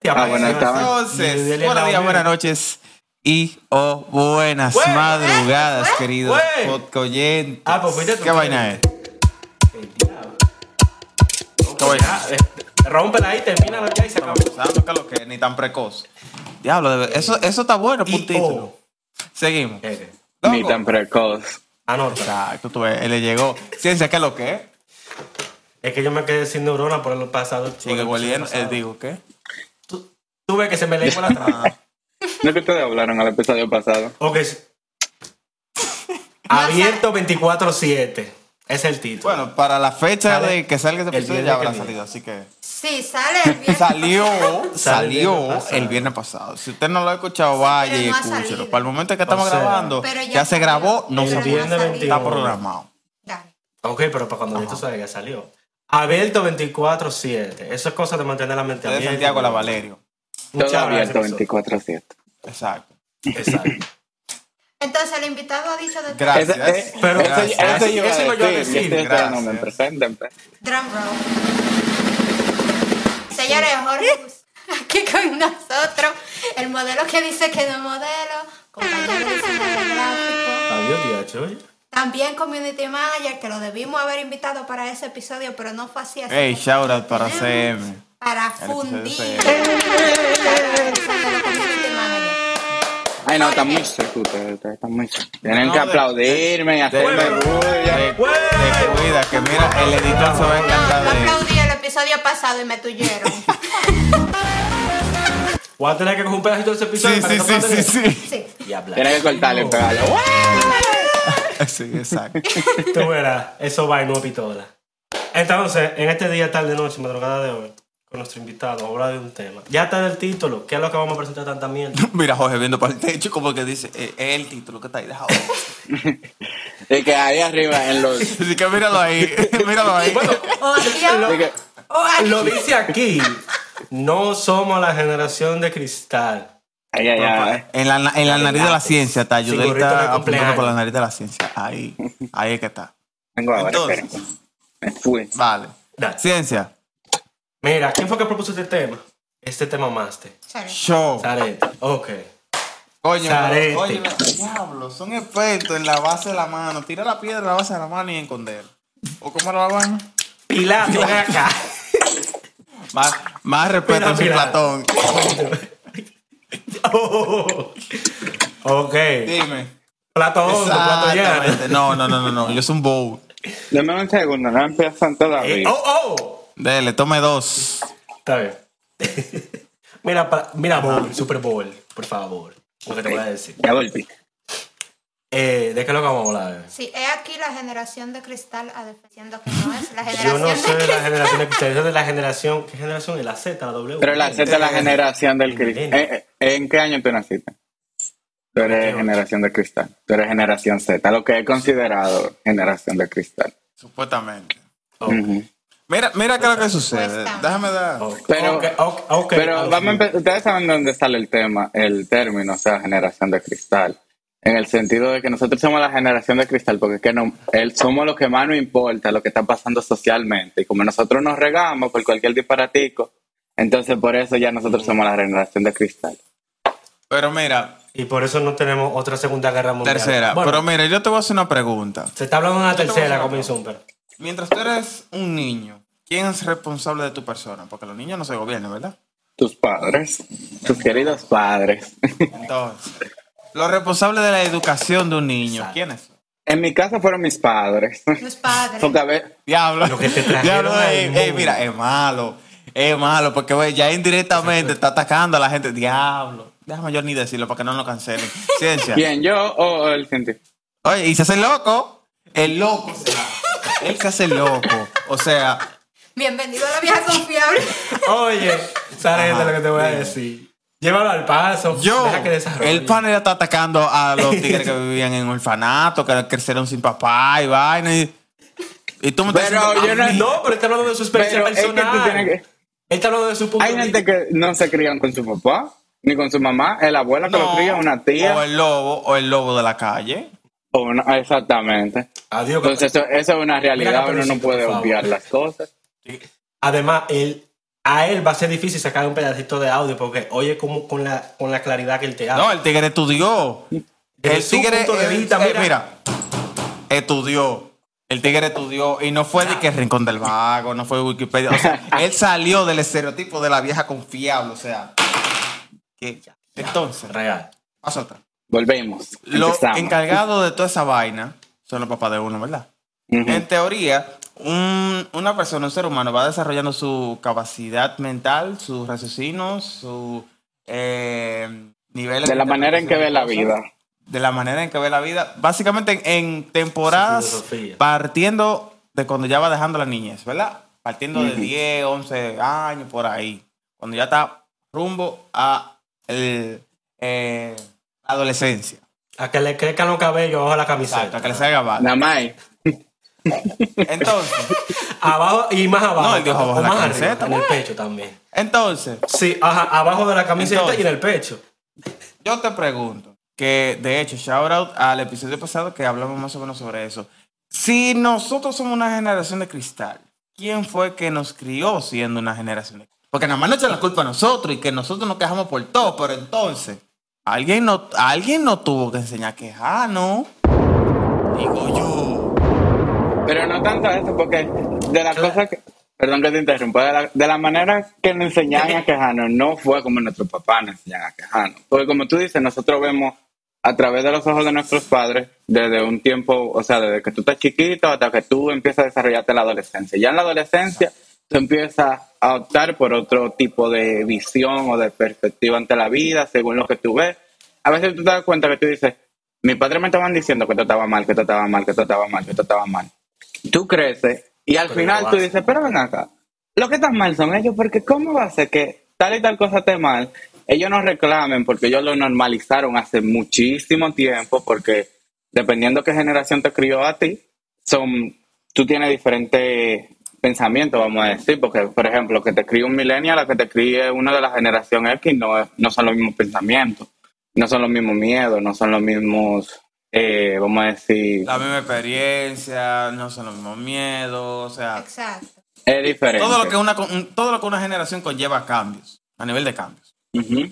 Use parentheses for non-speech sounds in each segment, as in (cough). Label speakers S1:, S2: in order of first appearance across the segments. S1: que
S2: Ah, bueno,
S1: apareció.
S2: estaban.
S1: Entonces,
S3: Me duele la
S1: buenos días,
S3: oreja.
S1: buenas noches y o buenas
S3: Güey, eh,
S1: madrugadas, queridos
S3: Güey.
S1: podcoyentes.
S3: Ah, pues fuiste tú.
S1: ¿Qué vaina es? ¿Qué vaina es?
S3: Rómpela ahí, termina Ah, este, la que y se acabó.
S1: Sabemos que lo que es, ni tan precoz. Diablo, de ver- eso, eso está bueno,
S3: Y,
S1: puntito.
S3: oh, eh,
S1: Seguimos.
S3: eres.
S2: Ni
S1: Loco.
S2: tan precoz.
S3: Anota.
S1: Exacto, tú ves, él le llegó. Ciencia, ¿qué es lo que es?
S3: Es que yo me quedé sin neurona por el pasado.
S1: Sigue volviendo, él eh, digo, ¿qué?
S3: Tuve que se me
S1: (laughs)
S3: leí por atrás.
S2: No que ustedes hablaron al episodio pasado.
S3: Ok. Abierto 24-7. Es el título.
S1: Bueno, para la fecha
S3: Sale
S1: de que salga ese
S3: el
S1: episodio
S3: viernes
S1: ya habrá
S3: que viene.
S1: salido, así que...
S4: Sí, sale el
S1: (laughs)
S4: viernes.
S1: Salió, salió
S3: pasado.
S1: el viernes pasado. Si usted no lo ha escuchado, vaya y
S4: no ha
S1: escúchelo.
S4: salido.
S1: Para el momento que estamos
S3: O sea,
S1: grabando,
S4: Pero ya
S1: ya se
S4: salió.
S1: grabó, no
S4: Pero
S1: se
S3: El
S1: puede.
S4: no
S3: viernes
S4: salió.
S3: 21.
S1: Está programado.
S4: Dale.
S3: Ok, pero para cuando esto salga, salió. Abierto 24-7. Eso es cosa de mantener la mente
S1: Usted de
S3: abierta.
S1: Santiago la Valerio.
S2: Todo
S3: Muchas gracias,
S2: abierto
S3: profesor.
S2: 24-7.
S1: Exacto.
S3: Exacto.
S4: Entonces el invitado ha dicho de
S1: Gracias.
S2: Ese- eh,
S3: Pero
S2: Eso,
S1: Gracias.
S2: eso yo
S3: Eso
S2: iba
S3: iba
S2: a
S3: yo a
S2: decir.
S3: decir,
S2: y ustedes no me
S1: gracias.
S2: presentan. pues.
S4: drum roll. Señores, Jorge Gus- (laughs) aquí con nosotros, el modelo que dice que no es modelo, compañero de diseñador gráfico,
S3: Adiós, diacho, oye.
S4: también community manager, que lo debimos haber invitado para ese episodio, pero no fue así. así
S1: Hey,
S4: que
S1: shout out para
S4: tenemos
S1: CM.
S4: Para
S1: episodio
S4: fundir. (laughs)
S1: CM.
S4: Community manager.
S2: Ay, no, están muy secos ustedes. ustedes Están muy secos. Tienen
S1: No,
S2: que
S1: de-
S2: aplaudirme y hacerme
S3: Bueno.
S2: bulla.
S1: Te, te cuida, que mira, el editor se va a encargar
S4: No, no
S1: de.
S4: aplaudí el episodio pasado y me
S3: (laughs)
S4: tuyeron.
S3: Voy a tener que coger un pedacito de ese episodio.
S1: Sí,
S3: para
S1: sí,
S3: que
S1: sí,
S3: no
S1: sí,
S3: pase nada.
S1: sí. (laughs)
S4: Sí.
S3: Y hablar.
S2: Tienen que cortarle y pegarle.
S1: Sí, exacto.
S3: Tú verás, eso va en una pistola. Entonces, en este día, tarde, noche, madrugada de hoy, con nuestro invitado, vamos a hablar de un tema. Ya está en el título, que es lo que vamos a presentar tanta mierda.
S1: (laughs) Mira, Jorge viendo para el techo, como que dice, eh, es el título que está ahí dejado.
S2: Y que ahí arriba en los.
S1: (laughs) Así que míralo ahí, (laughs) míralo ahí.
S3: (laughs) Bueno,
S4: O aquí
S2: de que-
S4: o aquí.
S3: lo dice aquí. No somos la generación de cristal.
S2: Ay, ay, ay.
S1: En la, na- en la nariz de la ciencia está. Yo
S3: Figurita de
S1: está apuntando
S3: cumpleaños. Ah,
S1: por la nariz de la ciencia. Ahí, ahí es que está.
S2: Vengo ahora,
S1: Entonces.
S2: esperen. Me fui.
S1: Vale.
S3: Dale.
S1: Ciencia.
S3: Mira, ¿quién fue que propuso este tema? Este tema master.
S4: Sorry.
S1: Show.
S3: Sarete. Ok.
S1: Coño,
S3: Sarete.
S1: coño, diablo, son expertos en la base de la mano. Tira la piedra en la base de la mano y esconder. ¿O cómo era la vaina?
S3: Pilato, ven acá.
S1: Más, más respeto
S3: Mira,
S1: a su
S3: mira.
S1: Platón.
S3: Oh. (laughs) Ok.
S1: Dime.
S3: Plato hondo, plato llano.
S1: Exactamente. No, no, no, no, no. Yo soy un bow.
S2: Dame un segundo, no empiezan
S3: Eh,
S2: todavía.
S3: oh, oh.
S1: Dele, tome dos.
S3: Está bien. (laughs) mira, pa- mira, Bowl, Super Bowl, por favor. Lo que te voy a decir.
S2: Ya volví.
S3: Eh, ¿De qué es lo que vamos a hablar?
S4: Sí, es aquí la generación de cristal a defendiendo que no es la
S3: Yo
S4: generación
S3: no soy
S4: de
S3: de la
S4: cristal.
S3: generación de cristal, yo soy de la generación. ¿Qué generación? ¿De la Z, la W?
S2: Pero la Z es la generación del cristal.
S3: Milenio.
S2: Eh, eh, ¿En qué año tú naciste? Tú eres
S3: 98.
S2: generación de cristal. Tú eres generación Z, lo que he considerado generación de cristal.
S1: Supuestamente.
S3: Ok.
S2: Ujú.
S1: Mira, mira qué es lo que sucede.
S4: Cuesta.
S1: Déjame dar.
S3: Ok,
S2: Pero-
S3: ok, ok, ok. ah,
S2: Pero vamos a empe- ustedes saben dónde sale el tema, el término, o sea, generación de cristal. En el sentido de que nosotros somos la generación de cristal, porque es que no, el- somos lo que más nos importa, lo que está pasando socialmente. Y como nosotros nos regamos por cualquier disparatico, entonces por eso ya nosotros somos la generación de cristal.
S1: Pero mira,
S3: Y por eso no tenemos otra Segunda Guerra Mundial.
S1: tercera.
S3: Bueno,
S1: Pero mira, yo te voy a hacer una pregunta.
S3: se está hablando de una
S1: te voy a hacer
S3: tercera,
S1: una
S3: comenzó, pero.
S1: Mientras tú eres un niño, ¿quién es responsable de tu persona? Porque los niños no se gobiernan, ¿verdad?
S2: Tus padres, tus queridos padres.
S1: Entonces, los responsables de la educación de un niño,
S3: Exacto.
S1: ¿quiénes son?
S2: En mi casa fueron mis padres.
S4: Los padres.
S2: Porque a ver,
S1: Diablo.
S3: Lo que te trajeron
S1: Diablo,
S3: al
S1: ey,
S3: mundo.
S1: ey, mira, es malo. Es malo, porque güey, ya indirectamente está atacando a la gente. Diablo. Déjame yo ni decirlo para que no lo cancelen. Ciencia.
S2: ¿quién? ¿Yo o el científico?
S1: Oye, y se hace loco. El loco. se va. Él se hace loco. O sea,
S4: Bienvenido a la vieja
S3: (laughs)
S4: confiable.
S3: Oye, Sarete,
S1: Ajá,
S3: lo que te voy a
S1: bien.
S3: decir. Llévalo al paso.
S1: Yo,
S3: Deja que desarrolle.
S1: el panel está atacando a
S3: (laughs)
S1: los tigres que vivían en orfanato, que crecieron sin papá y vaina. Y, y tú me estás
S2: Pero
S1: diciendo, "Ah,
S2: yo
S1: a
S2: no-
S1: mí-
S3: No, pero está hablando de su experiencia
S2: Pero es que tú
S3: personal.
S2: tienes que-
S3: Él está hablando de su punto
S2: Hay
S3: de
S2: gente
S3: vista.
S2: que no se crían con su papá, ni con su mamá, el abuela que lo
S1: no.
S2: cría, una
S1: O
S2: tía.
S1: el lobo, o el lobo de la calle.
S2: o una- exactamente.
S3: Adiós.
S2: Entonces, eso, eso es una
S3: Mira,
S2: realidad, uno
S3: Caperucita,
S2: no puede
S3: por favor.
S2: obviar las cosas.
S3: Además, él a él va a ser difícil sacar un pedacito de audio porque oye como con la, con la claridad que él te habla.
S1: No, el tigre estudió.
S3: Desde
S1: el
S3: su
S1: tigre
S3: punto de
S1: el-
S3: vista,
S1: eh,
S3: mira.
S1: estudió. El tigre estudió y no fue de que Rincón del Vago, no fue Wikipedia.
S2: (laughs)
S1: O sea, él salió del estereotipo de la vieja confiable. O sea, que ya. Entonces,
S3: Real.
S1: paso atrás.
S2: Volvemos.
S1: Los
S2: Empezamos.
S1: encargados de toda esa vaina son los papás de uno, ¿verdad?
S2: Ujú.
S1: En teoría, un- una persona, un ser humano, va desarrollando su capacidad mental, sus raciocinios, su eh, nivel
S2: De la manera en que ve la vida.
S1: de la manera en que ve la vida, básicamente en, en temporadas,
S3: Su filosofía.
S1: partiendo de cuando ya va dejando la niñez, ¿verdad? Partiendo de 10, 11 años, por ahí, cuando ya está rumbo a el, eh, adolescencia.
S3: A que le crezcan los cabellos abajo de la camiseta.
S1: Exacto, a que le salga bala.
S2: Nada más.
S1: Entonces,
S3: Abajo y más abajo.
S1: No, él dijo abajo
S3: O
S1: de la
S3: más
S1: camiseta. pues.
S3: arriba, en el pecho también.
S1: entonces,
S3: Sí, ajá, abajo de la camiseta
S1: Entonces.
S3: y en el pecho.
S1: yo te pregunto, que de hecho, shout out al episodio pasado que hablamos más o menos sobre eso. Si nosotros somos una generación de cristal, ¿quién fue que nos crió siendo una generación de cristal? Porque nada más nos echan la culpa a nosotros y que nosotros nos quejamos por todo, pero entonces, alguien no, alguien no tuvo que enseñar a quejar, ¿no? Digo yo.
S2: Pero no tanto eso, porque de las
S3: Claro.
S2: cosas que. Perdón que te interrumpa. De la, de la manera que nos enseñaban a quejarnos, no fue como nuestros papás nos enseñan a quejarnos. Porque como tú dices, nosotros vemos a través de los ojos de nuestros padres desde un tiempo, o sea, desde que tú estás chiquito hasta que tú empiezas a desarrollarte en la adolescencia. Ya en la adolescencia, tú empiezas a optar por otro tipo de visión o de perspectiva ante la vida, según lo que tú ves. A veces tú te das cuenta que tú dices, mis padres me estaban diciendo que esto estaba mal, que esto estaba mal, que esto estaba mal, que esto estaba mal tú creces y al
S3: Pero
S2: final
S3: lo
S2: tú
S3: haces.
S2: dices, pero ven acá, lo que están mal son ellos, porque ¿cómo va a ser que tal y tal cosa esté mal? Ellos no reclamen porque ellos lo normalizaron hace muchísimo tiempo, porque dependiendo qué generación te crió a ti, son, tú tienes diferentes pensamientos, vamos a decir, porque por ejemplo, que te críe un millennial, a que te críe una de la generación X, no, es- no son los mismos pensamientos, no son los mismos miedos, no son los mismos, eh, vamos a decir,
S1: La misma experiencia, no son los mismos miedos, o sea,
S4: Exacto.
S2: es diferente.
S1: todo lo que una, con- todo lo que una generación conlleva cambios, a nivel de cambios.
S2: Ujú.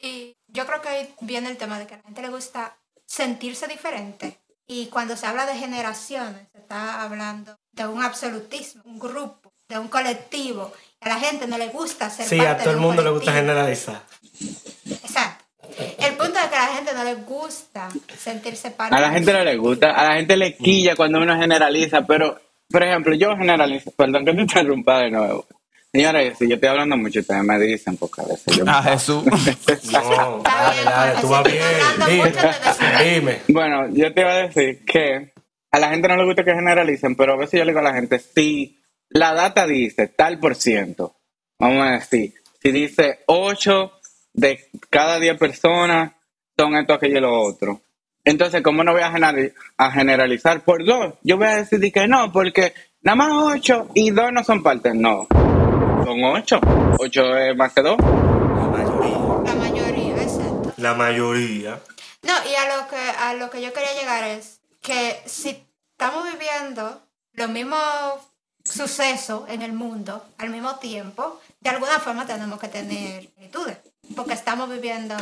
S4: Y yo creo que ahí viene el tema de que a la gente le gusta sentirse diferente. Y cuando se habla de generaciones, se está hablando de un absolutismo, un grupo, de un colectivo. A la gente no le gusta ser
S3: Sí,
S4: parte
S3: a todo
S4: de
S3: el
S4: un
S3: mundo le gusta
S4: colectivo.
S3: generalizar.
S4: Exacto. El punto es que a la gente no le gusta sentirse parte.
S2: A la
S4: de
S2: gente
S4: un
S2: no le gusta, a la gente le quilla cuando uno generaliza, pero, por ejemplo, yo generalizo, perdón que te interrumpa de nuevo. Señores, si yo estoy hablando mucho, ustedes me dicen, porque a veces yo...
S1: A Ah, Jesús.
S3: No,
S4: (laughs) Está
S3: dale,
S4: bien,
S3: dale, tú vas
S4: porque si
S3: bien. Dime,
S4: estás hablando mucho, te desvías.
S3: dime.
S2: Bueno, yo te iba a decir que a la gente no le gusta que generalicen, pero a veces yo le digo a la gente, si la data dice tal por ciento, vamos a decir, si dice 8 de cada 10 personas son esto, aquello y lo otro. Entonces, ¿cómo no voy a, genera- a generalizar por dos? Yo voy a decir de que no, porque nada más 8 y 2 no son partes. No, son 8. 8 es más que 2.
S3: La mayoría.
S4: La mayoría, exacto.
S3: La mayoría.
S4: No, y a lo que a lo que yo quería llegar es que si estamos viviendo los mismos sucesos en el mundo al mismo tiempo, de alguna forma tenemos que tener actitudes, porque estamos viviendo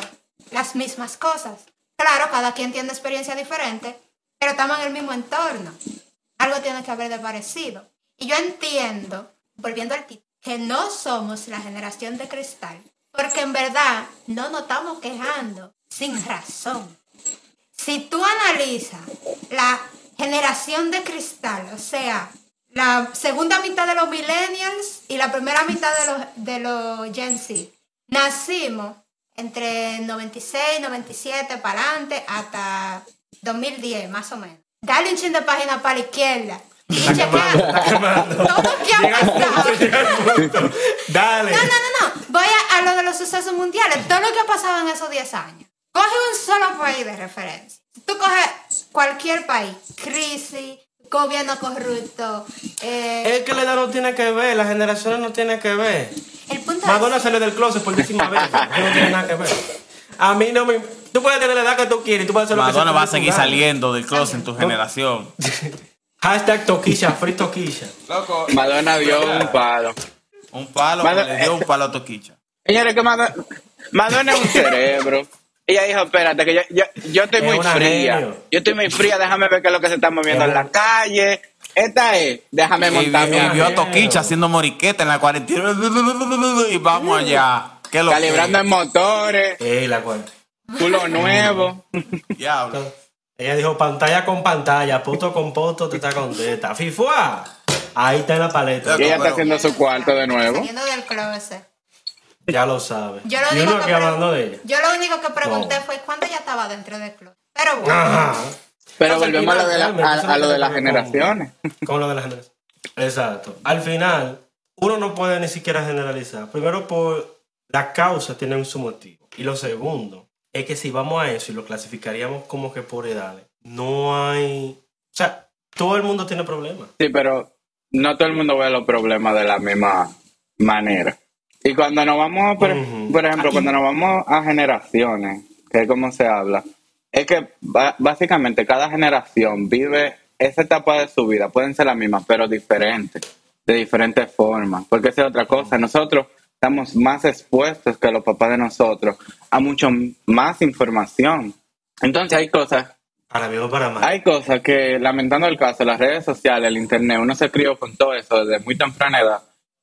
S4: las mismas cosas. Claro, cada quien tiene experiencia diferente, pero estamos en el mismo entorno. Algo tiene que haber de parecido. Y yo entiendo, volviendo al título, que no somos la generación de cristal, porque en verdad no nos estamos quejando sin razón. Si tú analizas la generación de cristal, o sea, la segunda mitad de los millennials y la primera mitad de los, de los Gen Z, nacimos entre 96, 97 para adelante hasta 2010, más o menos. Dale un chin de página para la izquierda. Y chequea todo lo que ha pasado.
S3: Dale.
S4: No, no, no, no. Voy a, a lo de los sucesos mundiales. Todo lo que ha pasado en esos 10 años. Coge un solo país de referencia. Tú coges cualquier país. Crisis, gobierno corrupto. eh,
S3: Es que la edad no tiene que ver, las generaciones no tienen que ver.
S4: el punto
S3: Madonna
S4: es...
S3: salió del closet por décima vez. Eso no tiene nada que ver. A mí no me. Tú puedes tener la edad que tú quieres, tú puedes hacer lo que
S1: Madonna
S3: se te
S1: va a seguir
S3: dé tu gana.
S1: saliendo del closet en tu generación.
S3: Hashtag Toquilla, Free Toquilla.
S1: Loco,
S2: Madonna dio un palo.
S1: Un palo,
S2: Mano,
S1: que le dio un palo
S2: (laughs)
S1: a Toquicha.
S2: Señores, que Madonna, Madonna es un cerebro. Ella dijo, espérate, que yo, yo, yo estoy
S3: Es
S2: muy
S3: una
S2: fría.
S3: genio.
S2: Yo estoy muy fría, déjame ver qué es lo que se está moviendo
S3: Es
S2: en la
S3: una-
S2: calle. Esta es, déjame
S1: Y, vi-
S2: montar mi
S1: y vio a
S3: amigo.
S1: Toquicha haciendo moriqueta en la cuarentena. Y vamos allá. ¿Qué lo que?
S2: Calibrando en motores,
S3: Ey, la cuenta.
S2: culo
S3: (laughs)
S2: nuevo.
S1: Diablo.
S3: Ella dijo pantalla con pantalla, poto con poto, teta con teta. ¡Fifua! Ahí está en la paleta.
S2: Y ella está
S1: Bueno.
S2: haciendo su cuarto de nuevo.
S4: Saliendo del closet.
S3: Ya lo sabe.
S4: Yo lo,
S3: y
S4: único
S3: uno
S4: que
S3: aquí
S4: pregun-
S3: hablando de ella.
S4: yo lo único que pregunté
S3: No.
S4: fue cuándo ella estaba dentro del club. Pero bueno,
S3: Ajá.
S2: Pero
S3: Entonces,
S2: volvemos a lo
S3: al
S2: de, la-
S3: final,
S2: a- a lo de las
S3: con-
S2: generaciones.
S3: Con lo de las generaciones. Exacto. Al final, uno no puede ni siquiera generalizar. Primero, por la causa tienen su motivo. Y lo segundo, es que si vamos a eso y lo clasificaríamos como que por edades, no hay... O sea, todo el mundo tiene problemas.
S2: Sí, pero no todo el mundo ve los problemas de la misma manera. Y cuando nos vamos, por,
S3: Ujú.
S2: por ejemplo, cuando nos vamos a generaciones, que es como se habla, es que ba- básicamente cada generación vive esa etapa de su vida, pueden ser las mismas, pero diferentes, de diferentes formas, porque esa es otra cosa. Nosotros estamos más expuestos que los papás de nosotros a mucho m- más información. Entonces hay cosas
S3: Para bien o para mal.
S2: hay cosas que, lamentando el caso, las redes sociales, el internet, uno se crió con todo eso desde muy temprana edad.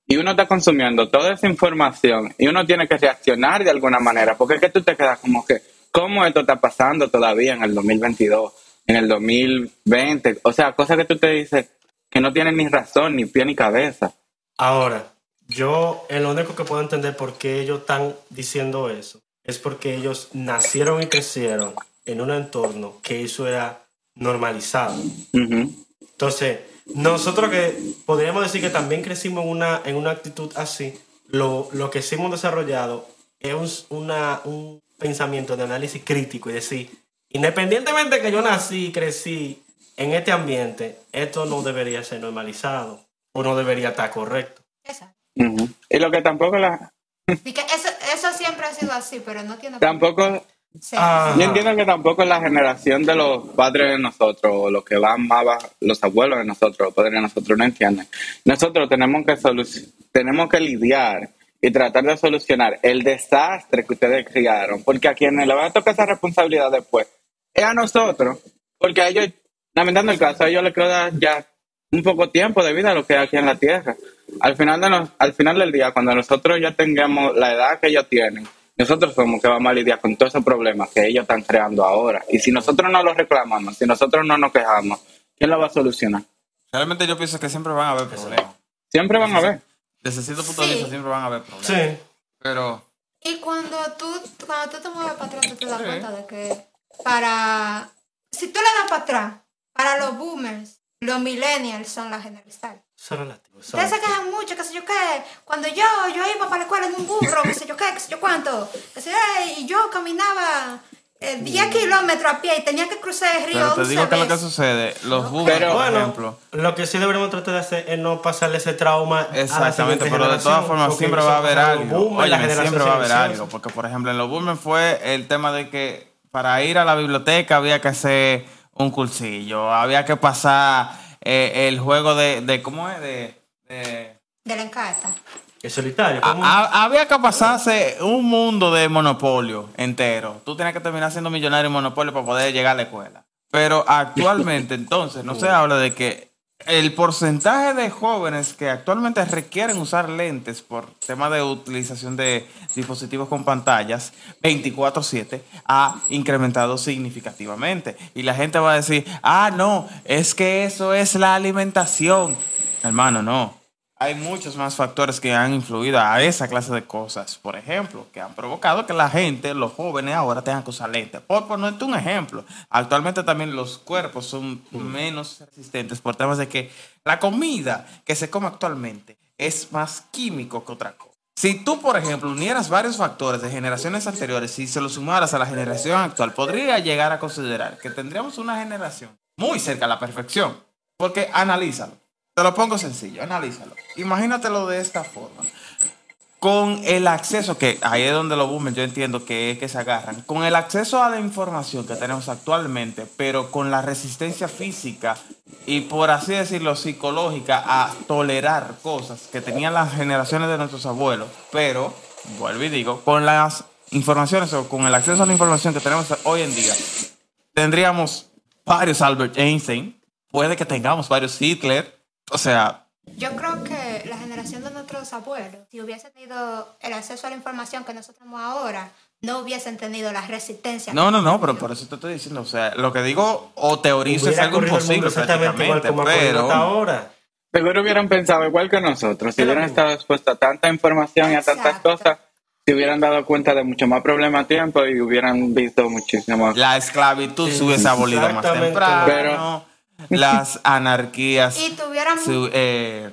S2: Y uno está consumiendo toda esa información y uno tiene que reaccionar de alguna manera. Porque es que tú te quedas como que, ¿cómo esto está pasando todavía en el 2022, en el 2020? O sea, cosas que tú te dices que no tienen ni razón, ni pie, ni cabeza.
S3: Ahora, yo el único que puedo entender por qué ellos están diciendo eso es porque ellos nacieron y crecieron en un entorno que eso era normalizado.
S2: Ujú.
S3: Entonces, nosotros que podríamos decir que también crecimos en una, en una actitud así, lo, lo que sí hemos desarrollado es un, una- un pensamiento de análisis crítico y decir, independientemente que yo nací y crecí en este ambiente, esto no debería ser normalizado o no debería estar correcto.
S4: esa.
S2: Ujú. Y lo que tampoco la...
S4: Y que eso, eso siempre ha sido así, pero no tiene
S2: Tampoco
S4: Sí.
S3: Ah.
S2: Yo entiendo que tampoco la generación de los padres de nosotros, o los que van más abajo, los abuelos de nosotros, los padres de nosotros, no entienden. Nosotros tenemos que, solu- tenemos que lidiar y tratar de solucionar el desastre que ustedes crearon, porque a quienes le va a tocar esa responsabilidad después es a nosotros, porque a ellos, lamentando el caso, a ellos les queda ya un poco tiempo de vida a lo que hay aquí en la Tierra. Al final, de nos- al final del día, cuando nosotros ya tengamos la edad que ellos tienen, nosotros somos que vamos a lidiar con todos esos problemas que ellos están creando ahora. Y si nosotros no los reclamamos, si nosotros no nos quejamos, ¿quién lo va a solucionar?
S1: Realmente yo pienso que siempre van a haber problemas.
S2: Siempre van a ver.
S1: Desde cierto punto de
S4: Sí.
S1: vista siempre van a haber problemas.
S3: Sí.
S1: Pero
S4: Y cuando tú, cuando tú te mueves para atrás, tú te das
S1: Sí.
S4: cuenta de que para... Si tú le das para atrás, para los boomers, los millennials son la generación.
S3: Eso es relativo. eso es
S4: Ustedes se
S3: relativo.
S4: quejan mucho, qué sé yo qué. Cuando yo, yo iba para la escuela en un burro, qué sé yo qué, qué sé yo cuánto. qué sé yo, y yo caminaba eh, 10 kilómetros a pie y tenía que cruzar el río
S1: Mm. Pero te
S4: 11
S1: digo que lo que
S4: veces.
S1: sucede, los boomers,
S2: Pero-
S1: por
S3: Bueno,
S1: ejemplo,
S3: lo que sí deberíamos tratar de hacer es no pasarle ese trauma. a la
S1: exactamente,
S3: siguiente
S1: pero de todas
S3: generación,
S1: formas
S3: porque
S1: siempre
S3: eso
S1: va a haber
S3: pasa en los
S1: algo.
S3: boomers, la
S1: Óyeme,
S3: generación
S1: siempre va a haber
S3: silenciosa.
S1: algo, porque por ejemplo en los boomers fue el tema de que para ir a la biblioteca había que hacer un cursillo, había que pasar eh, el juego de, de ¿cómo es? De, de-
S4: De la encata.
S3: Es solitario.
S1: a-
S3: ¿cómo?
S1: a- Ah, había que pasarse un mundo de monopolio entero. Tú tenías que terminar siendo millonario en monopolio para poder llegar a la escuela. Pero actualmente, entonces, no se habla de que el porcentaje de jóvenes que actualmente requieren usar lentes por tema de utilización de dispositivos con pantallas 24/7 ha incrementado significativamente. Y la gente va a decir, ah, no, es que eso es la alimentación. Hermano, no. Hay muchos más factores que han influido a esa clase de cosas, por ejemplo, que han provocado que la gente, los jóvenes ahora tengan que usar lentes. Por ponerte un ejemplo, actualmente también los cuerpos son menos resistentes por temas de que la comida que se come actualmente es más químico que otra cosa. Si tú, por ejemplo, unieras varios factores de generaciones anteriores y se los sumaras a la generación actual, podría llegar a considerar que tendríamos una generación muy cerca a la perfección. Porque analízalo. Te lo pongo sencillo, analízalo. Imagínatelo de esta forma. con el acceso, que ahí es donde los boomers yo entiendo que es que se agarran, con el acceso a la información que tenemos actualmente, pero con la resistencia física y por así decirlo psicológica a tolerar cosas que tenían las generaciones de nuestros abuelos, pero, vuelvo y digo, con las informaciones o con el acceso a la información que tenemos hoy en día, tendríamos varios Albert Einstein, puede que tengamos varios Hitler, o sea,
S4: Yo creo que la generación de nuestros abuelos, si hubiesen tenido el acceso a la información que nosotros tenemos ahora, no hubiesen tenido la resistencia.
S1: No, no, no, pero por eso te estoy diciendo, o sea, lo que digo o teorizo es
S3: Hubiera
S1: algo
S3: corrido el mundo
S1: imposible
S3: exactamente igual
S1: prácticamente,
S3: como ha corrido hasta
S1: pero
S3: ahora.
S2: Seguro hubieran pensado igual que nosotros. Si
S3: Era
S2: hubieran
S3: muy-
S2: estado expuestos a tanta información y a tantas
S4: Exacto.
S2: cosas, se hubieran dado cuenta de mucho más problemas a tiempo y hubieran visto muchísimo.
S1: la esclavitud se hubiese abolido más
S3: Exactamente.
S1: temprano, las anarquías,
S4: Y tuvieran...
S1: su- eh,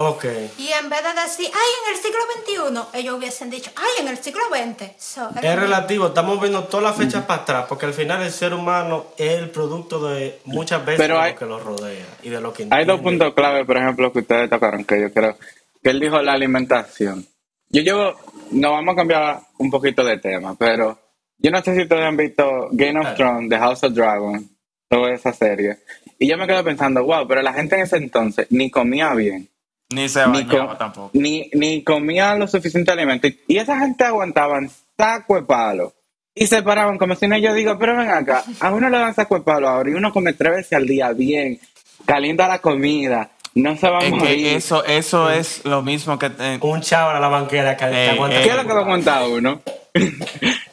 S3: Ok.
S4: Y en vez de decir, ay, en el siglo XXI, ellos hubiesen dicho, ay, en el siglo XX. So,
S3: Es relativo, estamos viendo todas las fechas para atrás, porque al final el ser humano es el producto de muchas veces
S2: Pero
S3: de
S2: hay-
S3: lo que lo rodea y de lo que
S2: Hay dos
S3: entiende.
S2: puntos clave, por ejemplo, que ustedes tocaron, que yo creo que él dijo la alimentación. Yo llevo, nos vamos a cambiar un poquito de tema, pero yo no sé si ustedes han visto Game
S3: Claro.
S2: of Thrones, The House of Dragon, toda esa serie. Y yo me quedo pensando, wow, pero la gente en ese entonces ni comía bien,
S1: ni se
S2: ni,
S1: bañaba
S2: co-
S1: tampoco.
S2: ni, ni comía lo suficiente alimento. Y, y esa gente aguantaban saco de palo. Y se paraban como si no, yo digo, pero ven acá, a uno le dan saco de palo ahora y uno come tres veces al día bien, calienta la comida, no se va a
S1: Es
S2: morir.
S1: que eso, eso es lo mismo que... eh,
S3: Un chavo a la banquera que, que
S1: Ey,
S3: aguanta.
S1: ey.
S2: ¿Qué es lo que va a aguantar uno?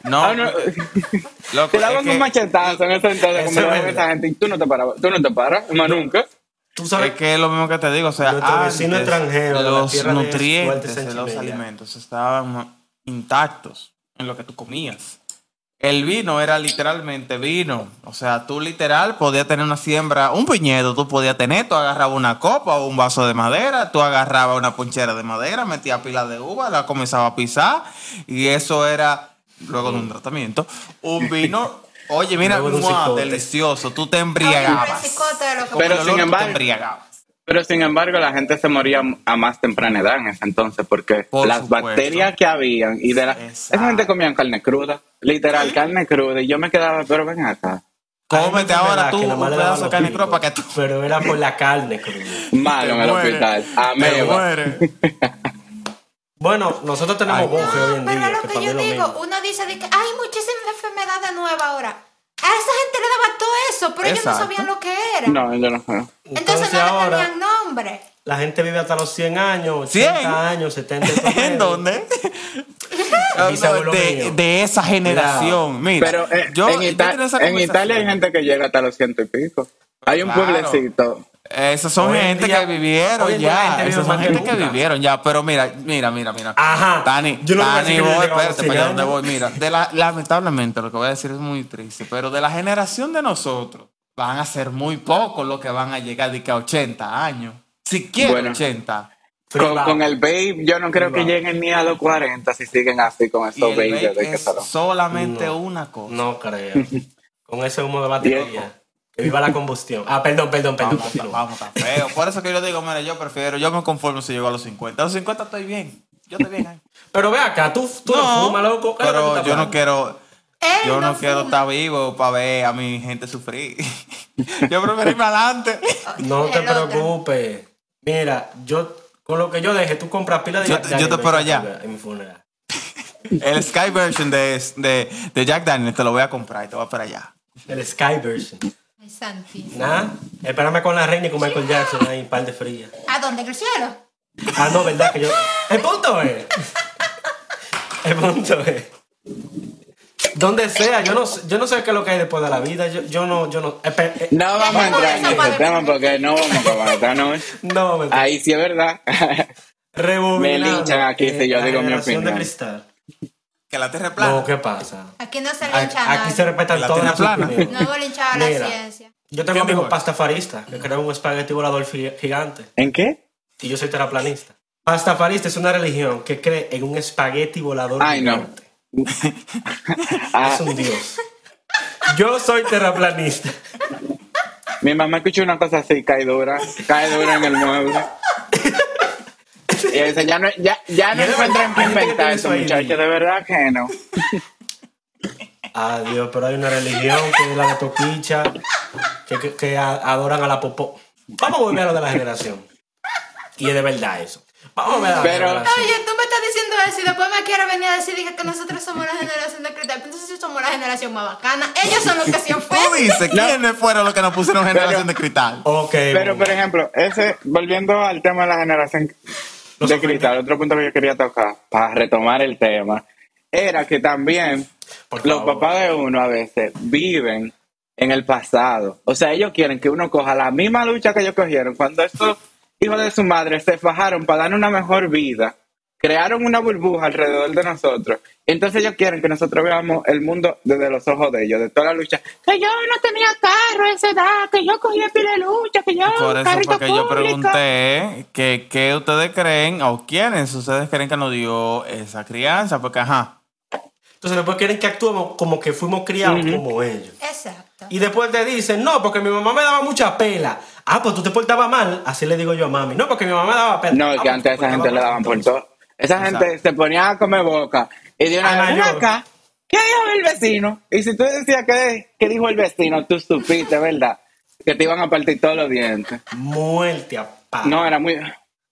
S1: no,
S2: Ah, no.
S1: loco,
S2: Te
S1: es
S2: daban
S1: que-
S2: un machetazo en ese entonces,
S3: Eso
S2: como
S3: es
S2: le daban a
S3: verdad.
S2: esa gente, y tú no te paras, tú no te paras, más nunca.
S3: Tú
S1: Es
S3: sabes
S1: que es lo mismo que te digo, o sea,
S3: Nuestro vecino
S1: antes,
S3: extranjero de la
S1: los
S3: tierra de
S1: nutrientes
S3: Fuertes en
S1: de los
S3: Chile, ya.
S1: alimentos estaban intactos en lo que tú comías. El vino era literalmente vino, o sea, tú literal podías tener una siembra, un viñedo tú podías tener, tú agarrabas una copa o un vaso de madera, tú agarrabas una ponchera de madera, metías pila de uva, la comenzaba a pisar y eso era, luego de un tratamiento, un vino, oye, mira,
S3: Luego de un
S1: ¡mua!
S3: cicote.
S1: delicioso, tú te
S4: Ahora el
S1: embriagabas.
S4: psicote de lo que
S1: Con
S2: Pero
S1: el
S2: sin
S1: olor tú te
S2: embargo-
S1: embriagabas.
S2: Pero sin embargo, la gente se moría a más temprana edad en ese entonces, porque
S1: Por
S2: las
S1: supuesto.
S2: bacterias que habían y de la.
S1: Exacto.
S2: Esa gente comían carne cruda, literal, carne cruda, y yo me quedaba, pero ven acá.
S1: Cómete
S3: Hay una
S1: ahora
S3: enfermedad
S1: tú
S3: que nada
S1: un
S3: más le daban
S1: pedazo de
S3: los
S1: carne
S3: ricos,
S1: cruda para que tú
S3: Pero era por la carne cruda.
S2: Malo en el
S1: mueres,
S2: hospital.
S1: te
S2: Ameba.
S1: mueres. (laughs)
S3: Bueno, nosotros tenemos
S1: Ay.
S3: bofe hoy en
S4: Pero
S3: día.
S4: lo
S3: que
S4: que
S3: para mí
S4: yo
S3: es lo
S4: digo,
S3: mismo.
S4: uno dice de que hay muchísimas enfermedades nuevas ahora. A esa gente le daba todo eso, pero ellos no
S1: Exacto.
S4: sabían lo que era.
S2: No, yo no creo.
S4: Entonces,
S3: Entonces
S4: no le
S3: ahora-
S4: tenían nombre.
S3: La gente vive hasta los 100 años, 80
S1: ¿Cien?
S3: años, 70.
S1: (laughs) ¿En dónde?
S3: bisabuelo
S1: de,
S3: mío.
S1: de esa generación. Mira,
S2: Pero eh,
S1: yo,
S2: en,
S1: yo
S2: Ita-
S1: tenía esa
S2: en Italia hay
S1: conversación.
S2: gente que llega hasta los ciento y pico. Hay un
S1: Claro.
S2: pueblecito.
S1: Esas son
S3: Hoy en
S1: gente
S3: día-
S1: que
S3: hoy
S1: vivieron
S3: en día la
S1: ya.
S3: gente vive
S1: Esas son
S3: más que
S1: gente que Ah,
S3: nunca.
S1: vivieron ya. Pero mira, mira, mira, mira.
S3: Ajá.
S1: Tani,
S3: Yo no voy a
S1: Tani,
S3: decir que yo
S1: voy,
S3: he llegado a los
S1: espérate, para
S3: 100
S1: allá donde
S3: años.
S1: voy. Mira, de la- lamentablemente lo que voy a decir es muy triste, pero de la generación de nosotros van a ser muy pocos los que van a llegar de que a 80 años. Siquiera
S2: Bueno.
S1: 80.
S2: Con, con el babe, yo no creo que
S3: Privado.
S2: lleguen ni a los 40 si siguen así con
S1: Y
S2: esos
S1: el
S2: babes
S1: vape
S2: de que
S1: es
S2: se lo-
S1: solamente
S3: No.
S1: una cosa.
S3: No creo. Con ese humo de batería.
S2: Viejo.
S3: Que viva la combustión. Ah, perdón, perdón, perdón.
S1: Vamos,
S3: continúa.
S1: vamos, está feo. Por eso que yo digo, mire, yo prefiero, yo me conformo si llego a los 50. A los 50 estoy bien. Yo estoy bien ahí.
S3: Pero ve acá, tú, tú no, fumas, loco. ¿qué es lo que tú
S1: pero
S3: estás
S1: yo no
S3: hablando?
S1: quiero,
S4: Él
S1: yo no,
S4: no
S1: quiero
S4: fuma.
S1: estar vivo para ver a mi gente sufrir. (laughs) yo prefiero irme adelante.
S3: No te
S4: El otro.
S3: preocupes. Mira, yo con lo que yo deje, tú compras pila de
S1: Yo
S3: Jack
S1: te- yo
S3: Daniel
S1: te espero
S3: en mi
S1: allá.
S3: funeral- En mi funeral.
S1: El Sky version de, de, de Jack Daniel te lo voy a comprar y te voy para allá.
S3: El Sky Version.
S4: Ay, santísimo.
S3: Nada. Espérame con la reina y con Michael Jackson ahí, un par de frías.
S4: ¿A dónde? ¿En el cielo?
S3: Ah, no, verdad que yo. El punto es. El punto es. Donde sea, yo no, sé- yo no sé qué es lo que hay después de la vida. Yo, yo no, yo no. espe- eh,
S2: No vamos a
S4: dejemos
S2: entrar en
S4: eso para
S2: ese tema
S4: después.
S2: porque no vamos a aguantar, ¿no?
S3: no, me
S2: Ahí sí es verdad.
S3: Rebobinando,
S2: me linchan aquí si
S3: eh,
S2: yo
S3: la
S2: digo mi
S3: generación de
S2: opinión.
S3: cristal.
S1: Que la tierra es plana.
S3: No, ¿qué pasa?
S4: Aquí no se
S3: A-
S4: linchaba.
S3: Aquí se respetan
S1: La
S3: todas las
S1: tierra plana.
S4: No
S3: opiniones.
S4: hubo linchado la
S3: Mira.
S4: ciencia.
S3: Yo tengo un
S1: ¿Qué
S3: amigo
S1: mejor?
S3: pastafarista que creó un espagueti volador fi- gigante.
S2: ¿En qué?
S3: Y yo soy terraplanista. Pastafarista es una religión que cree en un espagueti volador
S2: Ay, no.
S3: gigante.
S2: Ah,
S3: Es un dios. Yo soy terraplanista. (laughs)
S2: mi mamá escuchó una cosa así, cae dura, cae dura en el mueble. Y él dice, ya no, ya, ya no
S3: Y es de verdad,
S2: encuentran
S3: hay gente
S2: que
S3: que
S2: inventar
S3: tiene
S2: eso,
S3: su idea.
S2: muchachos, de verdad que no.
S3: Ah, Dios, pero hay una religión que es la de Toquicha, que, que- que a- adoran a la popó. Vamos a volver a lo de la generación. Y es de verdad eso. Vamos a ver a la
S2: Pero-
S3: generación.
S4: Oye, tú me estás diciendo eso y después me quieres venir a decir dije, que nosotros somos la generación de cristal. Pero Entonces somos la generación más bacana. Ellos son los que
S1: (laughs)
S4: se
S1: Tú
S4: ofenden.
S1: dices, ¿quiénes fueron los que nos pusieron generación
S2: Pero-
S1: de cristal?
S3: Ok.
S2: Pero,
S3: bueno.
S2: por ejemplo, ese, volviendo al tema de la generación
S3: Los
S2: de cristal, otro punto que yo quería tocar, para retomar el tema, era que también
S3: Por
S2: los
S3: favor.
S2: papás de uno a veces viven en el pasado. O sea, ellos quieren que uno coja la misma lucha que ellos cogieron cuando estos hijos de su madre se fajaron para darnos una mejor vida. Crearon una burbuja alrededor de nosotros. Entonces ellos quieren que nosotros veamos el mundo desde los ojos de ellos, de toda la lucha. Que yo no tenía carro a esa edad, que yo cogía pila de lucha, que yo...
S1: Por eso
S2: carrito
S1: fue que yo
S2: público.
S1: pregunté que qué ustedes creen o quiénes ustedes creen que nos dio esa crianza, porque ajá.
S3: Entonces después quieren que actuemos como que fuimos criados como ellos.
S4: Exacto.
S3: Y después te dicen, no, porque mi mamá me daba mucha pela. Ah, pues tú te portabas mal. Así le digo yo a mami. No, porque mi mamá me daba pela.
S2: No,
S3: Ah,
S2: es que
S3: pues,
S2: antes a
S3: te
S2: esa
S3: portabas
S2: gente le
S3: mal,
S2: daban por
S3: entonces.
S2: todo. Esa
S1: Exacto.
S2: gente se ponía a comer boca. Y de
S3: Ah,
S2: una vez,
S3: yo-
S2: "Ven acá, ¿qué dijo el vecino? Y si tú decías que, que dijo el vecino, tú supiste, ¿verdad? Que te iban a partir todos los dientes.
S3: Muerte a palo.
S2: No, era muy...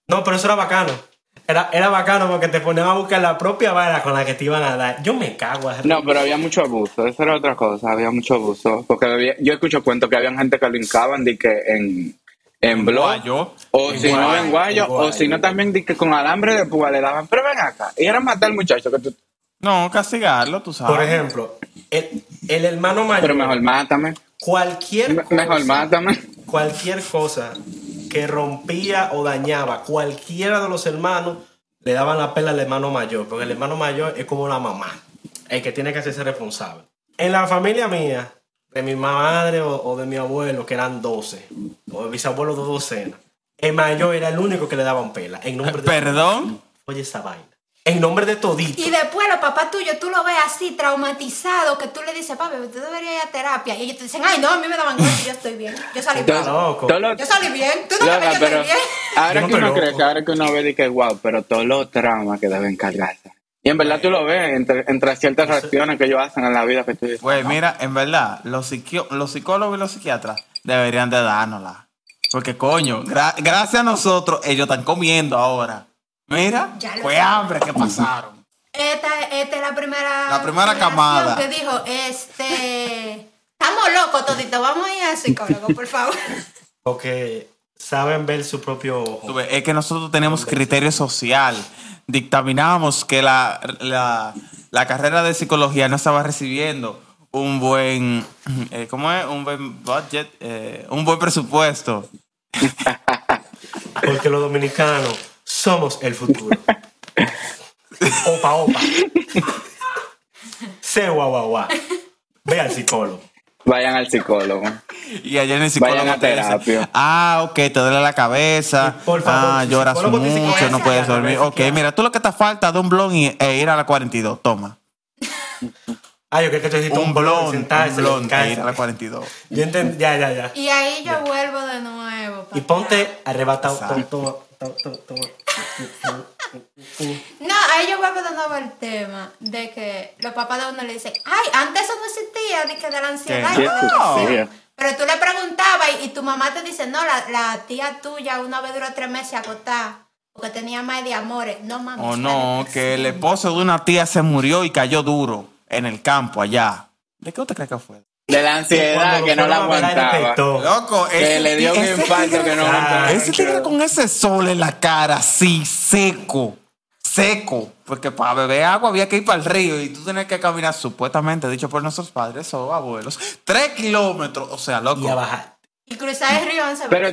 S3: No, pero eso era bacano. Era, era bacano porque te ponían a buscar la propia vara con la que te iban a dar. Yo me cago. a-
S2: No, pero había mucho abuso. Eso era otra cosa, había mucho abuso. Porque había- yo escucho cuentos que había gente que lo hincaban de que en, en blog.
S1: Guayo.
S2: O si no
S3: guayo,
S2: en guayo,
S3: en
S2: o si
S3: guayo.
S2: no también de que con alambre de púa le daban, pero ven acá. Y era matar al muchacho que tú,
S1: No, castigarlo, tú sabes.
S3: Por ejemplo, el, el hermano mayor,
S2: pero mejor mátame,
S3: cualquier,
S2: me-
S3: cosa,
S2: mejor mátame.
S3: cualquier cosa que rompía o dañaba cualquiera de los hermanos, le daban la pela al hermano mayor, porque el hermano mayor es como la mamá, el que tiene que hacerse responsable. En la familia mía, de mi madre o, o de mi abuelo, que eran 12, o de mis abuelos de docenas, el mayor era el único que le daban pela. En nombre de
S1: Perdón.
S3: Oye, esa vaina. En nombre de todito.
S4: Y después los papás tuyos, tú lo ves así traumatizado, que tú le dices, papi, tú deberías ir a terapia. Y ellos te dicen, ay, no, a mí me daban golpes, yo estoy bien. Yo salí bien.
S2: Entonces,
S3: Está loco.
S2: todo lo-
S4: Yo salí bien. Tú no me
S2: Loca,
S4: ves, yo
S2: pero
S4: estoy bien. (laughs)
S2: ahora
S3: Yo no
S2: que uno
S3: estoy
S2: crece,
S3: loco.
S2: ahora que uno ve de que wow, pero todos los traumas que deben cargarse. Y en verdad tú lo ves entre, entre ciertas
S3: Pues,
S2: reacciones que ellos hacen en la vida que tú dices.
S1: Güey, Pues mira, en verdad, los, psiquio- los psicólogos y los psiquiatras deberían de dárnosla. Porque coño, gra- gracias a nosotros, ellos están comiendo ahora. Mira,
S4: Ya lo
S1: fue
S4: sé.
S1: hambre que pasaron.
S4: Esta, esta es la primera.
S1: La primera
S4: generación
S1: camada.
S4: Que dijo, este. Estamos locos toditos, vamos a ir al psicólogo, por favor. (laughs)
S3: Porque saben ver su propio
S1: Tú
S3: ojo.
S1: ves, Es que nosotros tenemos criterio social. Dictaminamos que la, la- la carrera de psicología no estaba recibiendo un buen, eh, ¿cómo es? Un buen budget, eh, un buen presupuesto.
S3: Porque los dominicanos somos el futuro. Opa, opa. Se guau, guau, guau. Ve al psicólogo.
S2: Vayan al psicólogo.
S1: Y ayer en el psicólogo
S2: Vayan a
S1: te dice,
S2: terapia.
S1: ah, ok, te duele la cabeza,
S3: Por favor,
S1: ah,
S3: si
S1: lloras
S3: psicólogo te dice que
S1: mucho,
S4: vayas
S1: no
S4: a
S1: puedes
S3: la
S1: dormir.
S3: cabeza,
S1: Ok,
S3: claro.
S1: mira, tú lo que te falta de un blon y, e ir a la 42, toma.
S3: Ay, yo creo que tú necesitas
S1: Un blon, un
S3: sentarse,
S1: blon e
S3: sentarse.
S1: ir a la 42.
S3: Yo entendí, ya, ya, ya.
S4: Y ahí yo vuelvo de nuevo. pa'
S3: Y ponte arrebatado.
S1: Exacto.
S3: Toma, toma, toma, toma.
S4: No, ahí yo vuelvo de nuevo al tema de que los papás de uno le dicen, ay, antes eso no existía, de que de la ansiedad y
S1: ¿Qué?
S4: de la
S1: No.
S4: depresión". Pero tú le preguntabas y, y tu mamá te dice, no, la, la tía tuya una vez duró tres meses agotada porque tenía más de amores. No mames.
S1: O
S4: la
S1: Oh, no,
S4: depresión.
S1: que el esposo de una tía se murió y cayó duro en el campo allá. ¿De qué usted cree que fue?
S2: De la ansiedad
S3: Cuando
S2: que no la
S3: fueron a operar,
S2: aguantaba.
S3: detectó.
S1: Loco,
S2: Que le dio un
S1: ese
S2: infarto
S1: tigre-
S2: que no
S3: Ay,
S2: aguantaba.
S1: Ese tigre con ese sol en la cara, sí, seco, seco. Porque para beber agua había que ir para el río y tú tenías que caminar, supuestamente, dicho por nuestros padres o abuelos, tres kilómetros. O sea,
S3: Y a
S1: loco.
S3: bajar.
S4: Y cruzar el río en
S2: Pero,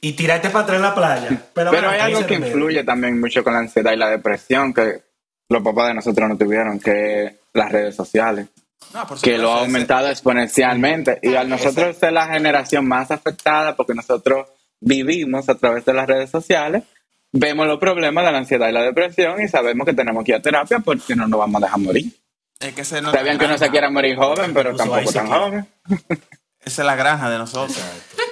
S3: Y tirarte para atrás en la playa. Pero,
S2: pero
S3: bueno,
S2: hay algo
S3: ese
S2: que
S3: remedio.
S2: influye también mucho con la ansiedad y la depresión que los papás de nosotros no tuvieron, que las redes sociales.
S1: No, por
S2: que lo ha
S1: supuesto, ese-
S2: aumentado exponencialmente. Y a nosotros ser la generación más afectada porque nosotros vivimos a través de las redes sociales, vemos los problemas de la ansiedad y la depresión y sabemos que tenemos que ir a terapia porque no nos vamos a dejar morir.
S1: Es que ese no-
S2: Sabían que no se quiera morir joven, pero
S3: Incluso ahí
S2: tampoco
S3: se
S2: tan
S3: quiere.
S2: joven.
S1: Esa es
S2: (laughs)
S1: la granja de nosotros.
S3: Exacto.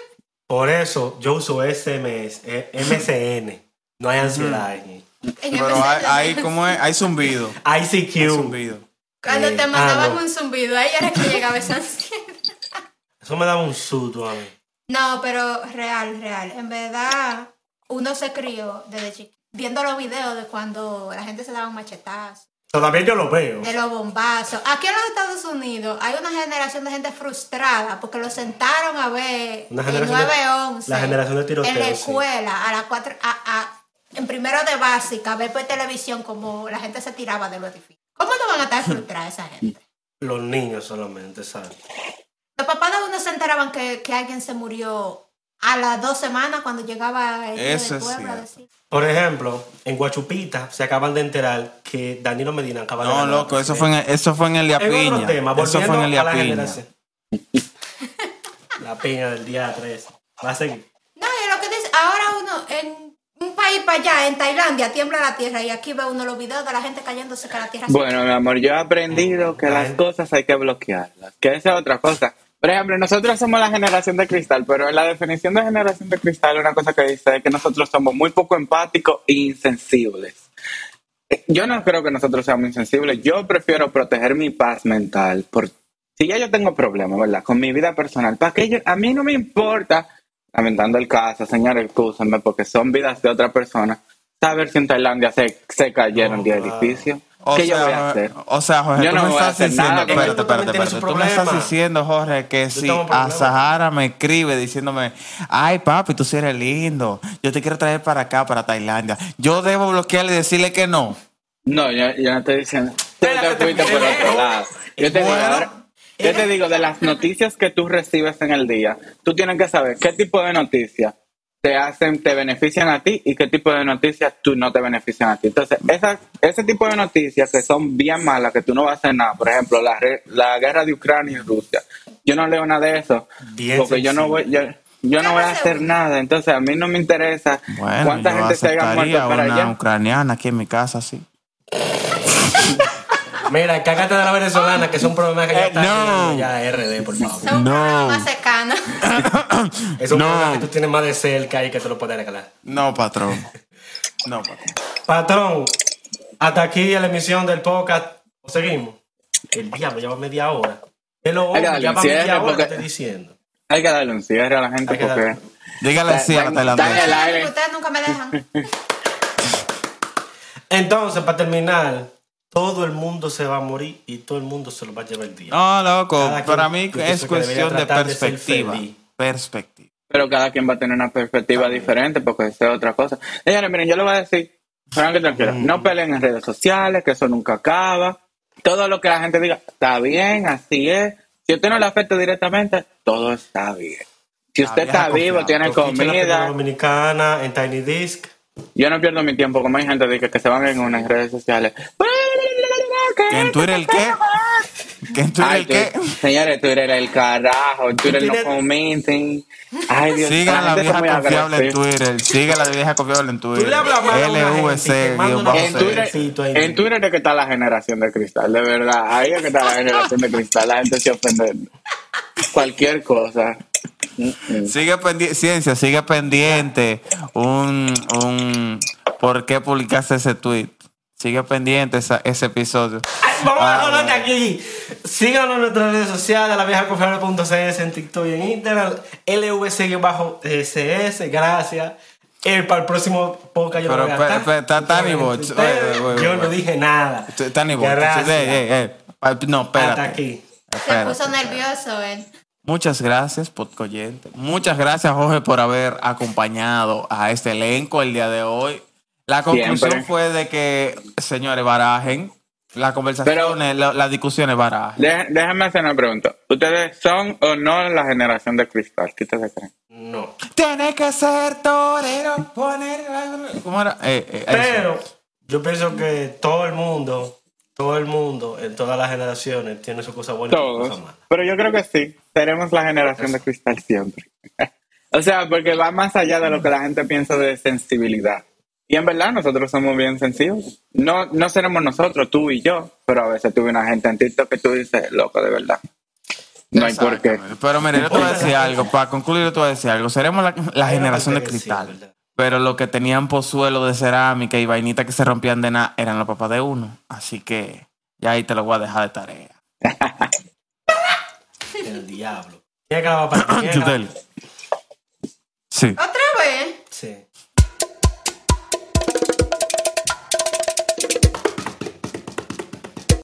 S3: Por eso yo uso SMS, eh, MSN No hay ansiedad ahí.
S4: En
S1: Pero
S4: especial
S1: hay,
S4: de-
S1: hay, ¿cómo es? Hay zumbido. Hay
S3: ICQ.
S1: zumbido.
S4: Cuando
S3: Eh,
S4: te
S3: ah,
S4: mandaban
S3: no.
S4: un zumbido, ahí era que llegaba esa ansiedad. (laughs)
S3: Eso me daba un susto a mí.
S4: No, pero real, real. En verdad, uno se crió desde chiquito. Viendo los videos de cuando la gente se daba un machetazo,
S3: Todavía yo lo veo.
S4: de los bombazos. Aquí en los Estados Unidos hay una generación de gente frustrada porque lo sentaron a ver
S3: Una
S4: el
S3: generación de-
S4: 9-11.
S3: la generación de tiroteo,
S4: En la
S3: sí.
S4: escuela, a las cuatro, a- a- en primero de básica, a ver por televisión como la gente se tiraba de los edificios. ¿Cómo no van a estar frustradas esa gente?
S3: Los niños solamente, ¿sabes?
S4: Los papás de uno se enteraban que, que alguien se murió a las dos semanas cuando llegaba el tío
S1: Eso
S4: del
S1: es
S4: pueblo a
S1: cierto.
S4: decir.
S3: Por ejemplo, en Guachupita se acaban de enterar que Danilo Medina acaba de
S1: No,
S3: ganar la
S1: loco, eso
S3: presidencia.
S1: fue en, eso fue en el día
S3: En
S1: piña.
S3: otro tema, volviendo
S1: eso fue en el
S3: a
S1: día
S3: la
S1: piña.
S3: generación. La piña del día 3. Va a seguir.
S4: No, y lo que dice, ahora uno en un país para allá, en Tailandia, tiembla la tierra y aquí ve uno los videos de la gente cayéndose que la tierra se-
S2: Bueno, mi amor, yo he aprendido que las
S3: Ah, Ay.
S2: cosas hay que bloquearlas, que esa es otra cosa. Por ejemplo, nosotros somos la generación de cristal, pero en la definición de generación de cristal una cosa que dice es que nosotros somos muy poco empáticos e insensibles. Eh, Yo no creo que nosotros seamos insensibles, yo prefiero proteger mi paz mental. Por... Si ya yo tengo problemas, ¿verdad? Con mi vida personal, ¿para que A mí no me importa, lamentando el caso, señores, excúsenme, porque son vidas de otra persona, saber si en Tailandia se, se cayeron
S3: No,
S2: de
S3: claro.
S2: edificios.
S1: O
S2: ¿Qué
S1: sea,
S2: yo voy a hacer?
S1: O sea, Jorge,
S2: Yo
S1: tú
S2: no
S1: me
S2: voy a
S1: estás
S2: hacer nada,
S1: diciendo,
S2: porque
S1: espérate,
S3: tú también
S1: espérate,
S3: tienes
S1: espérate.
S3: un
S1: Tú me estás
S3: problema.
S1: diciendo, Jorge, que
S3: Yo
S1: si
S3: tengo un
S1: a
S3: problema.
S1: Sahara me escribe diciéndome, ay papi, tú sí eres lindo, yo te quiero traer para acá, para Tailandia. Yo debo bloquearle y decirle que no.
S2: No, yo, yo no te diciendo. Tú te
S3: Espérate,
S2: fuiste por
S3: primero.
S2: otro lado. Yo te, digo,
S1: Bueno. eh,
S2: ahora- yo te digo, de las noticias que tú recibes en el día, tú tienes que saber qué tipo de noticias te hacen, te benefician a ti y qué tipo de noticias tú no te benefician a ti. Entonces, esas- ese tipo de noticias que son bien malas, que tú no vas a hacer nada, por ejemplo, la, re- la guerra de Ucrania y Rusia, yo no leo nada de eso,
S3: Bien
S2: porque yo no voy... Yo, yo no voy a hacer nada, entonces a mí no me interesa
S1: Bueno,
S2: cuánta
S1: yo
S2: gente se haya muerto
S1: aceptaría
S2: para
S1: una
S2: allá.
S1: ucraniana aquí en mi casa, sí.
S3: Mira, cágate de la venezolana, que es un problema que ya
S1: Eh,
S3: está
S1: no.
S3: llegando ya a RD, por favor.
S4: Son
S1: No.
S4: problemas más cercanos.
S3: Es un
S1: No.
S3: problema que tú tienes más de cerca y que te lo puedes regalar.
S1: No, patrón. No, patrón.
S3: Patrón, hasta aquí la emisión del podcast. Seguimos. El diablo, ya va media hora. Es lo
S2: Hay que
S3: otro,
S2: darle
S3: ya
S2: un
S3: va
S2: cierre,
S3: media hora que
S2: porque-
S3: estoy diciendo.
S2: Hay que darle un cierre a la gente
S3: Hay que
S2: porque...
S3: darle-
S1: Dígale sí
S2: Está- está
S1: a la
S2: en
S4: (laughs)
S1: tailandesa.
S2: el aire.
S4: Ustedes nunca me dejan.
S3: Entonces, para terminar, todo el mundo se va a morir y todo el mundo se lo va a llevar el día.
S1: No, loco,
S3: Cada quien
S1: para mí
S3: piensa
S1: es
S3: que debería
S1: cuestión de
S3: tratar de ser
S1: perspectiva.
S3: feliz.
S1: Perspectiva.
S2: Pero cada quien va a tener una perspectiva diferente porque eso es otra cosa. Señores, miren, yo les voy a decir, tranquilo, tranquilo, no peleen en redes sociales, que eso nunca acaba. Todo lo que la gente diga, está bien, así es. Si usted no le afecta directamente, todo está bien. Si
S1: La
S2: usted
S1: vieja
S2: está vivo,
S1: confiable.
S2: tiene
S3: Escuchen la película
S2: comida,
S3: dominicana en Tiny Disc.
S2: yo no pierdo mi tiempo como hay gente de que, que se van en unas redes sociales. Pues,
S1: ¿Que en Twitter el qué? ¿Que en Twitter
S2: Ay,
S1: el qué?
S2: tú- Señores, Twitter era el carajo, Twitter no
S3: Twitter-
S2: comenten. Ay, Dios
S1: Sigan a la
S2: gente
S1: vieja
S2: son muy
S1: confiable en
S2: agresivos.
S1: Twitter. Sigan a la vieja confiable en Twitter.
S3: Tú le hablas mal a una gente y te
S1: LVC,
S3: manda
S1: guión
S3: una
S1: bajo
S2: En
S3: Vamos a ver.
S1: C.
S3: Cito ahí
S2: Twitter, en
S3: mismo.
S2: Twitter es que está la generación de cristal, de verdad. Ahí es que está la generación de cristal. La gente se ofende. Cualquier cosa.
S1: Sigue pendiente, ciencia, sigue pendiente. Un, un, ¿por qué publicaste ese tweet? Sigue pendiente esa- ese episodio.
S3: Ay, Vamos a
S1: Ah,
S3: dejarlo hasta
S1: bueno.
S3: aquí. Síganos en nuestras redes sociales, la viejaconfiable.cs en TikTok y en Instagram, lvc-ss. Gracias. Eh, para el próximo podcast yo
S1: Pero,
S3: no voy a
S1: pero,
S3: estar.
S1: pero, está Tani
S3: Ustedes,
S1: Boch.
S3: ustedes,
S1: Oye, oye,
S3: Yo
S1: oye.
S3: no dije nada.
S1: Tani Boch,
S3: Gracias.
S1: eh, eh, eh. No,
S3: Hasta
S1: espérate.
S3: aquí.
S4: Se
S1: espérate,
S4: puso
S1: espérate.
S4: nervioso él.
S1: Muchas gracias, Podcoyente. Muchas gracias, Jorge, por haber acompañado a este elenco el día de hoy. La conclusión
S2: Siempre.
S1: fue de que, señores, barajen. Las conversaciones, la- las discusiones barajen.
S2: Dé- déjame hacer una pregunta. ¿Ustedes son o no la generación de cristal? ¿Qué ustedes creen?
S3: No.
S1: Tienes que ser torero, poner... ¿Cómo era? Eh, eh, eso.
S3: Pero yo pienso que todo el mundo, todo el mundo, en todas las generaciones, tiene su cosa buena y su cosa
S2: Todos.
S3: mala.
S2: Pero yo creo que sí. Seremos la generación de cristal siempre. (laughs) o sea, porque va más allá de lo que la gente piensa de sensibilidad. Y en verdad nosotros somos bien sensibles. No, no seremos nosotros, tú y yo, pero a veces tú ves una gente en TikTok que tú dices, loco, de verdad. No hay por qué.
S1: Exactamente. Pero mire, yo te voy a decir algo. Para concluir, yo te voy a decir algo. Seremos la, la generación de
S3: Creo que sí,
S1: cristal.
S3: ¿verdad?
S1: Pero los que tenían pozuelo de cerámica y vainitas que se rompían de nada eran los papás de uno. Así que ya ahí te lo voy a dejar de tarea. (coughs)
S3: El diablo. Tiene que lavar para
S1: Tutel. Sí.
S4: Otra